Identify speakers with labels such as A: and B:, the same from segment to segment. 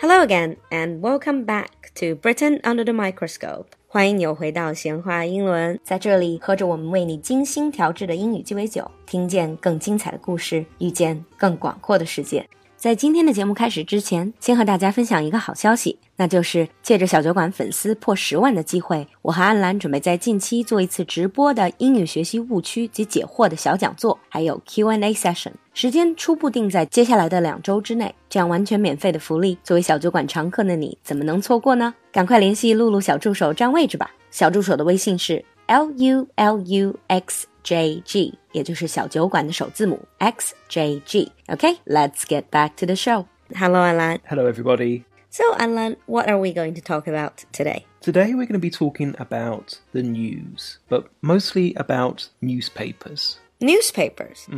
A: Hello again, and welcome back to Britain under the microscope. 欢迎你又回到闲话英伦，在这里喝着我们为你精心调制的英语鸡尾酒，听见更精彩的故事，遇见更广阔的世界。在今天的节目开始之前，先和大家分享一个好消息，那就是借着小酒馆粉丝破十万的机会，我和安澜准备在近期做一次直播的英语学习误区及解惑的小讲座，还有 Q&A session。时间初步定在接下来的两周之内，这样完全免费的福利，作为小酒馆常客的你怎么能错过呢？赶快联系露露小助手占位置吧。小助手的微信是 l u l u x J G，也就是小酒馆的首字母 X J G。OK，let's、get back to the show. Hello, Alan.
B: Hello, everybody.
A: So, Alan, what are we going to talk about today?
B: Today we're going to be talking about the news, but mostly about newspapers.
A: Newspapers.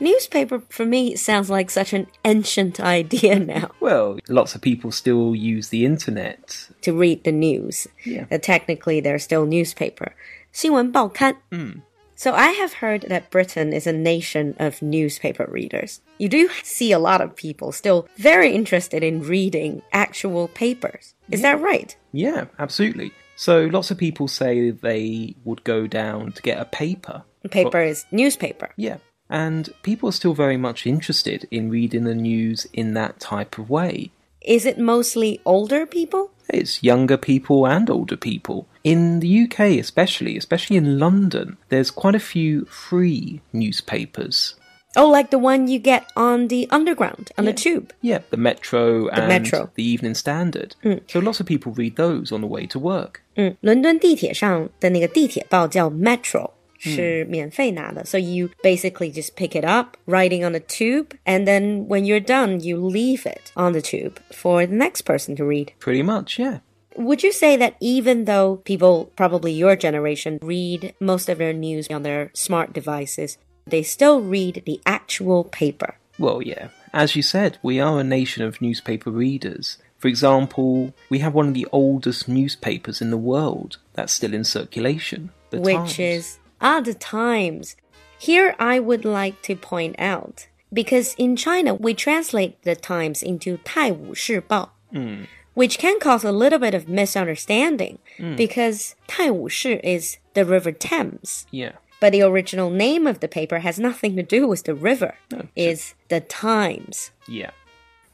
A: Newspaper for me sounds like such an ancient idea now
B: Well, lots of people still use the internet.
A: to read the news.
B: Yeah.
A: Uh, technically, they're still newspaper. 新闻报刊.
B: Hmm.
A: So I have heard that Britain is a nation of newspaper readers. You do see a lot of people still very interested in reading actual papers. Is that right?
B: Yeah, absolutely. So lots of people say they would go down to get a paper.
A: Paper is newspaper.
B: Yeah. And people are still very much interested in reading the news in that type of way.
A: Is it mostly older people?
B: It's younger people and older people. In the UK, especially, especially in London, there's quite a few free newspapers.
A: Oh, like the one you get on the underground, on the tube.
B: Yeah, the Metro and
A: Metro. Mm.
B: the Evening Standard. So lots of people read those on the way to work.
A: 嗯，伦敦地铁上的那个地铁报叫 Metro，是免费拿的。So you basically just pick it up, riding on a tube, and then when you're done, you leave it on the tube for the next person to read.
B: Pretty much, yeah.
A: Would you say that even though people, probably your generation, read most of their news on their smart devices, they still read the actual paper?
B: Well, yeah. As you said, we are a nation of newspaper readers. For example, we have one of the oldest newspapers in the world that's still in circulation. The
A: which
B: Times.
A: is are the times. Here I would like to point out because in China we translate the times into 泰晤士报,
B: Mm,
A: which can cause a little bit of misunderstanding
B: Hmm.
A: because 泰晤士 is the River Thames.
B: yeah,
A: But the original name of the paper has nothing to do with the river.
B: No,
A: It's the Times.
B: yeah.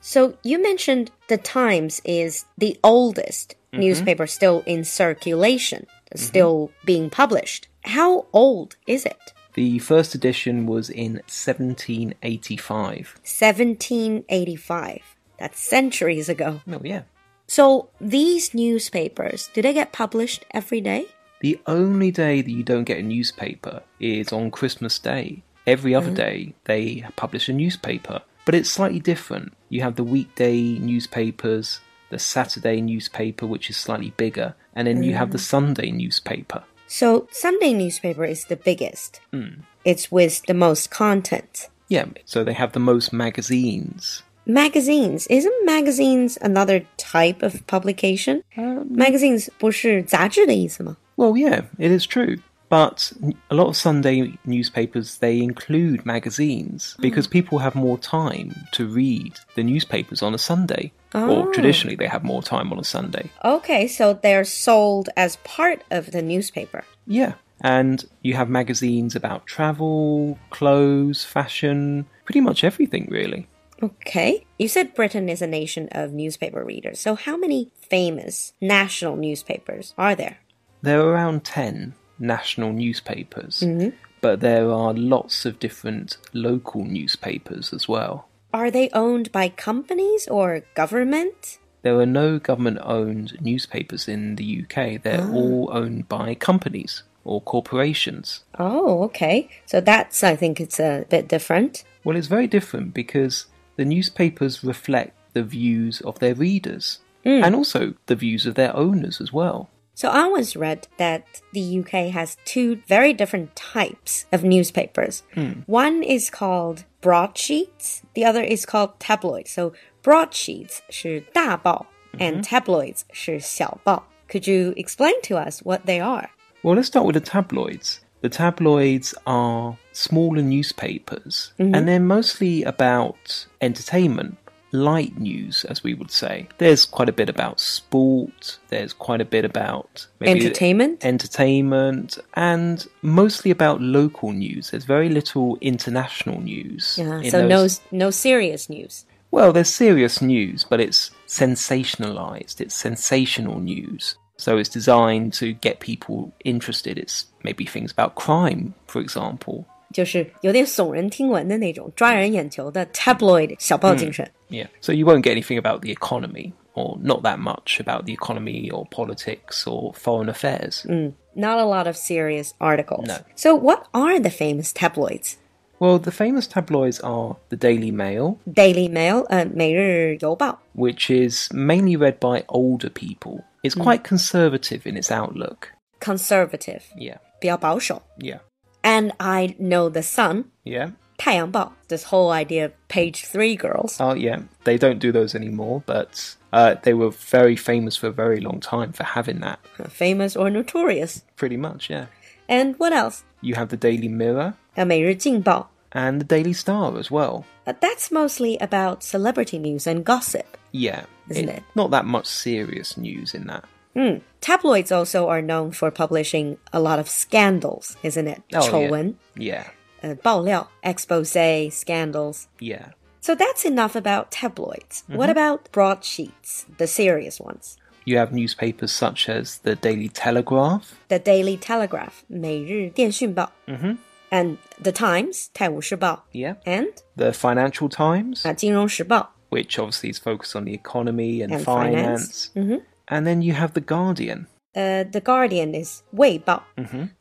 A: So you mentioned the Times is the oldest newspaper still in circulation, still being published. How old is it?
B: The first edition was in 1785.
A: 1785. That's centuries ago.
B: Well, yeah.
A: So these newspapers, do they get published every day?
B: The only day that you don't get a newspaper is on Christmas Day. Every other day, they publish a newspaper, but it's slightly different. You have the weekday newspapers, the Saturday newspaper, which is slightly bigger, and then you have the Sunday newspaper. Mm.
A: So Sunday newspaper is the biggest. It's with the most content.
B: Yeah, so they have the most magazines.
A: Magazines isn't magazines another type of publication?
B: Mm-hmm.
A: magazines 不是杂志的意思吗？
B: Well, yeah, it is true. But a lot of Sunday newspapers they include magazines because people have more time to read the newspapers on a Sunday.
A: Oh.
B: Or traditionally they have more time on a Sunday.
A: Okay, so they're sold as part of the newspaper.
B: Yeah. And you have magazines about travel, clothes, fashion, pretty much everything really.
A: Okay. You said Britain is a nation of newspaper readers. So how many famous national newspapers are there?
B: There are around 10 national newspapers,
A: Hmm. Mm-hmm.
B: but there are lots of different local newspapers as well.
A: Are they owned by companies or government?
B: There are no government owned newspapers in the UK. They're all owned by companies or corporations.
A: Oh, okay. So that's I think it's a bit different.
B: Well, it's very different because the newspapers reflect the views of their readers
A: Hmm. Mm.
B: and also the views of their owners as well.
A: So I once read that the UK has two very different types of newspapers.
B: Hmm.
A: One is called broadsheets, the other is called tabloids. So broadsheets 是大报 and tabloids 是小报. Could you explain to us what they are?
B: Well, let's start with the tabloids. The tabloids are smaller newspapers and they're mostly about entertainment. light news, as we would say. There's quite a bit about sport, there's quite a bit about
A: Entertainment?
B: entertainment, and mostly about local news. There's very little international news.
A: Yeah,
B: in
A: so
B: those-
A: no no serious news.
B: well, there's serious news, but it's sensationalized. It's sensational news. So it's designed to get people interested. It's maybe things about crime, for example.
A: 就是有点耸人听闻的那种，抓人眼球的 tabloid 小报精神。
B: Yeah. So you won't get anything about the economy, or not that much about the economy, or politics, or foreign affairs.
A: Not a lot of serious articles.
B: No.
A: So what are the famous tabloids?
B: Well, the famous tabloids are the Daily Mail,
A: Daily Mail，呃，每日邮报。
B: which is mainly read by older people. It's
A: Hmm.
B: quite conservative in its outlook.
A: conservative，
B: Yeah.
A: 比较保守。
B: Yeah.
A: And I know the sun，
B: Yeah.
A: 太阳报。This whole idea of page three girls.
B: Oh yeah, they don't do those anymore, but uh, they were very famous for a very long time for having that.
A: Famous or notorious.
B: Pretty much, yeah.
A: And what else?
B: You have the Daily Mirror
A: 呃，每日镜报。
B: and the Daily Star as well.
A: But that's mostly about celebrity news and gossip.
B: Yeah,
A: Isn't it?
B: Not that much serious news in that.
A: Tabloids also are known for publishing a lot of scandals, isn't it?
B: Oh, yeah.
A: 丑闻、
B: Yeah,
A: 呃爆料、expose scandals.
B: yeah.
A: So that's enough about tabloids.
B: Mm-hmm。
A: What about broadsheets, the serious ones?
B: You have newspapers such as the Daily Telegraph.
A: The Daily Telegraph 每日电讯报 and The Times 泰晤士报
B: Yeah.
A: and
B: The Financial Times,
A: 啊金融时报
B: which obviously is focused on the economy and,
A: and finance. Mhm.
B: And then you have the Guardian.
A: Uh, the Guardian is 卫报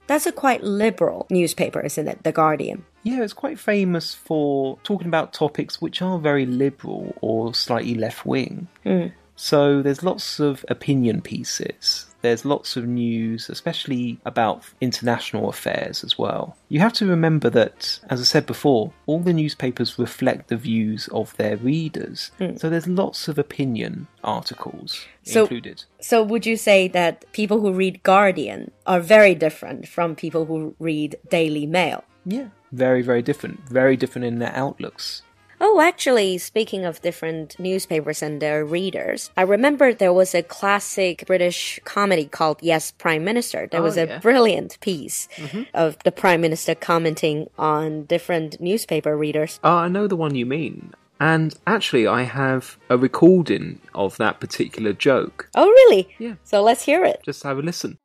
A: That's a quite liberal newspaper, isn't it? The Guardian.
B: Yeah, it's quite famous for talking about topics which are very liberal or slightly left wing.
A: Mm.
B: So there's lots of opinion pieces. There's lots of news, especially about international affairs as well. You have to remember that, as I said before, all the newspapers reflect the views of their readers. So there's lots of opinion articles
A: Mm. So-
B: included.
A: So would you say that people who read Guardian are very different from people who read Daily Mail?
B: Yeah, very, very different. Very different in their outlooks.
A: Oh, actually, speaking of different newspapers and their readers, I remember there was a classic British comedy called Yes, Prime Minister. There
B: Oh,
A: was a
B: yeah. Mm-hmm.
A: brilliant piece of the Prime Minister commenting on different newspaper readers.
B: Uh, I know the one you mean. And actually, I have a recording of that particular joke.
A: Oh, really?
B: Yeah.
A: So let's hear it.
B: Just have a listen.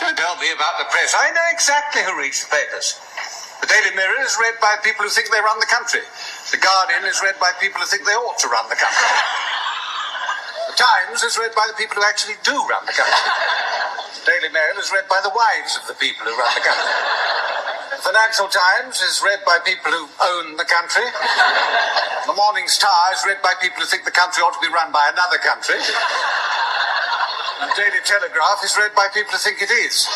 C: Don't tell me about the press. I know exactly who reads the papers. The Daily Mirror is read by people who think they run the country. The Guardian is read by people who think they ought to run the country. The Times is read by the people who actually do run the country. Daily Mail is read by the wives of the people who run the country. The Financial Times is read by people who own the country. The Morning Star is read by people who think the country ought to be run by another country. The Daily Telegraph is read by people who think it is.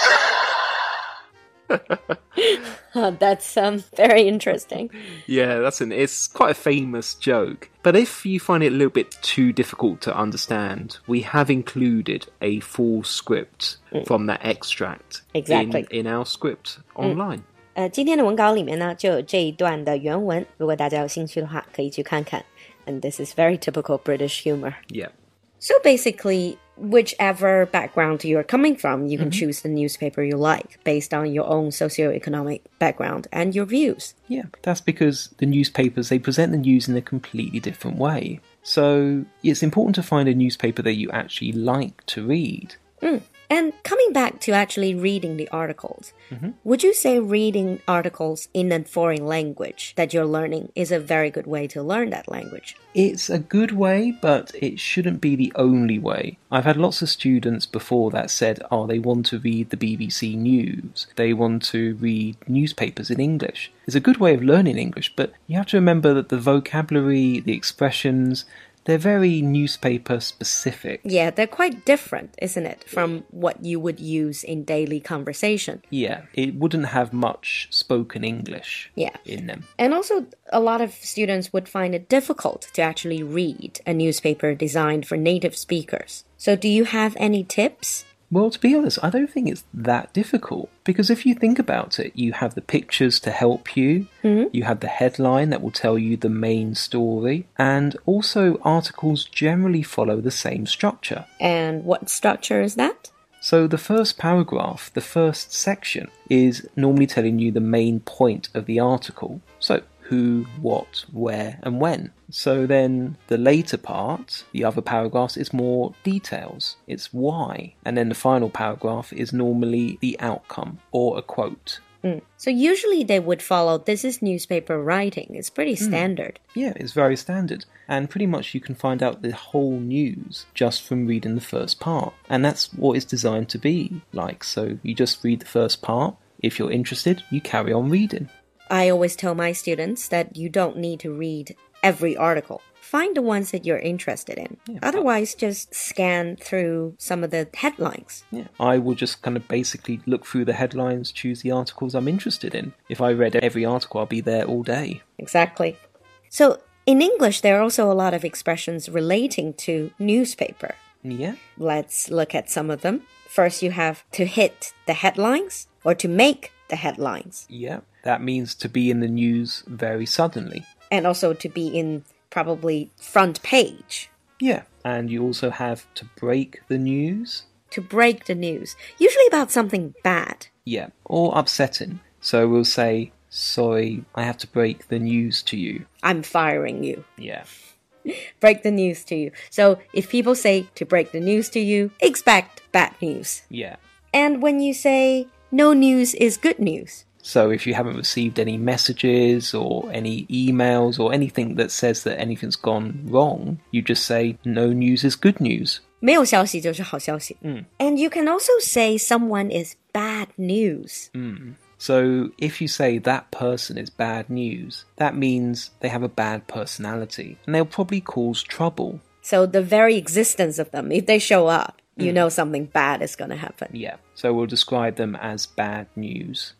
A: Huh, that's um, very interesting.
B: Yeah, that's an. It's quite a famous joke. But if you find it a little bit too difficult to understand, we have included a full script from that extract
A: Exactly.
B: in, in our script online.
A: 呃，Uh, 今天的文稿里面呢，就有这一段的原文。如果大家有兴趣的话，可以去看看。And this is very typical British humor.
B: Yeah.
A: So basically, whichever background you're coming from, you can choose the newspaper you like based on your own socioeconomic background and your views.
B: Yeah, that's because the newspapers they present the news in a completely different way. So it's important to find a newspaper that you actually like to read.
A: And coming back to actually reading the articles, would you say reading articles in a foreign language that you're learning is a very good way to learn that language?
B: It's a good way, but it shouldn't be the only way. I've had lots of students before that said, oh, they want to read the BBC News, they want to read newspapers in English. It's a good way of learning English, but you have to remember that the vocabulary, the expressions, they're very newspaper specific.
A: Yeah, they're quite different, isn't it, from what you would use in daily conversation.
B: Yeah, it wouldn't have much spoken English
A: Yeah.
B: in them.
A: And also, a lot of students would find it difficult to actually read a newspaper designed for native speakers. So, do you have any tips?
B: Well, to be honest, I don't think it's that difficult because if you think about it, you have the pictures to help you, you have the headline that will tell you the main story, and also articles generally follow the same structure.
A: And what structure is that?
B: So the first paragraph, the first section, is normally telling you the main point of the article. So who, what, where, and when. So then the later part, the other paragraphs, is more details. It's why. And then the final paragraph is normally the outcome or a quote.
A: Hmm. So usually they would follow this is newspaper writing. It's pretty standard.
B: Yeah, it's very standard. And pretty much you can find out the whole news just from reading the first part. And that's what it's designed to be like. So you just read the first part. If you're interested, you carry on reading.
A: I always tell my students that you don't need to read every article. Find the ones that you're interested in. Otherwise, just scan through some of the headlines.
B: Yeah. I will just kind of basically look through the headlines, choose the articles I'm interested in. If I read every article, I'll be there all day.
A: Exactly. So, in English, there are also a lot of expressions relating to newspaper.
B: Yeah.
A: Let's look at some of them. First, you have to hit the headlines or to make the headlines,
B: Yeah. That means to be in the news very suddenly.
A: and also to be in probably front page.
B: Yeah. And you also have to break the news.
A: To break the news, usually about something bad.
B: Yeah. Or upsetting. So we'll say, sorry, I have to break the news to you.
A: I'm firing you.
B: Yeah.
A: Break the news to you. So if people say to break the news to you, expect bad news.
B: Yeah.
A: And when you say no news is good news,
B: So if you haven't received any messages or any emails or anything that says that anything's gone wrong, you just say no news is good news.
A: 没有消息就是好消息. And you can also say someone is bad news.
B: So if you say that person is bad news, that means they have a bad personality and they'll probably cause trouble.
A: So the very existence of them, if they show up, you know something bad is going to happen.
B: Yeah. So we'll describe them as bad news.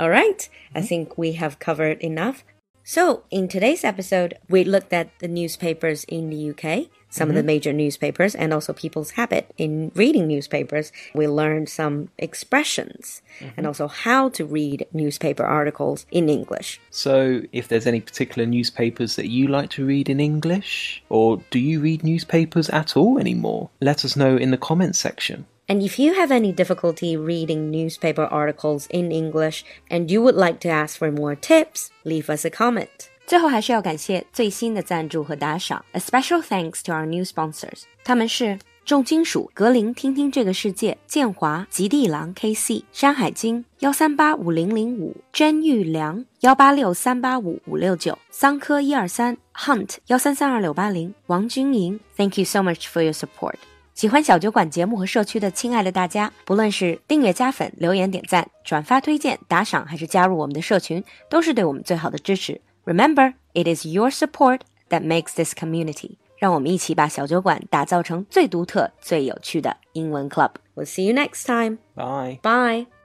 A: All right, I think we have covered enough. So, in today's episode, we looked at the newspapers in the UK, some of the major newspapers, and also people's habit in reading newspapers. We learned some expressions and also how to read newspaper articles in English.
B: So if there's any particular newspapers that you like to read in English or do you read newspapers at all anymore? Let us know in the comments section.
A: And if you have any difficulty reading newspaper articles in English and you would like to ask for more tips, leave us a comment. 最后还是要感谢最新的赞助和打赏，a special thanks to our new sponsors. 他们是重金属格林听听这个世界建华吉地郎 KC 山海经幺三八五零零五甄玉良幺八六三八五五六九桑科一二三 Hunt 幺三三二六八零王军莹 Thank you so much for your support. 喜欢小酒馆节目和社区的亲爱的大家，不论是订阅加粉、留言点赞、转发推荐、打赏，还是加入我们的社群，都是对我们最好的支持。Remember, it is your support that makes this community。让我们一起把小酒馆打造成最独特、最有趣的英文 club。We'll see you next time.
B: Bye.
A: Bye.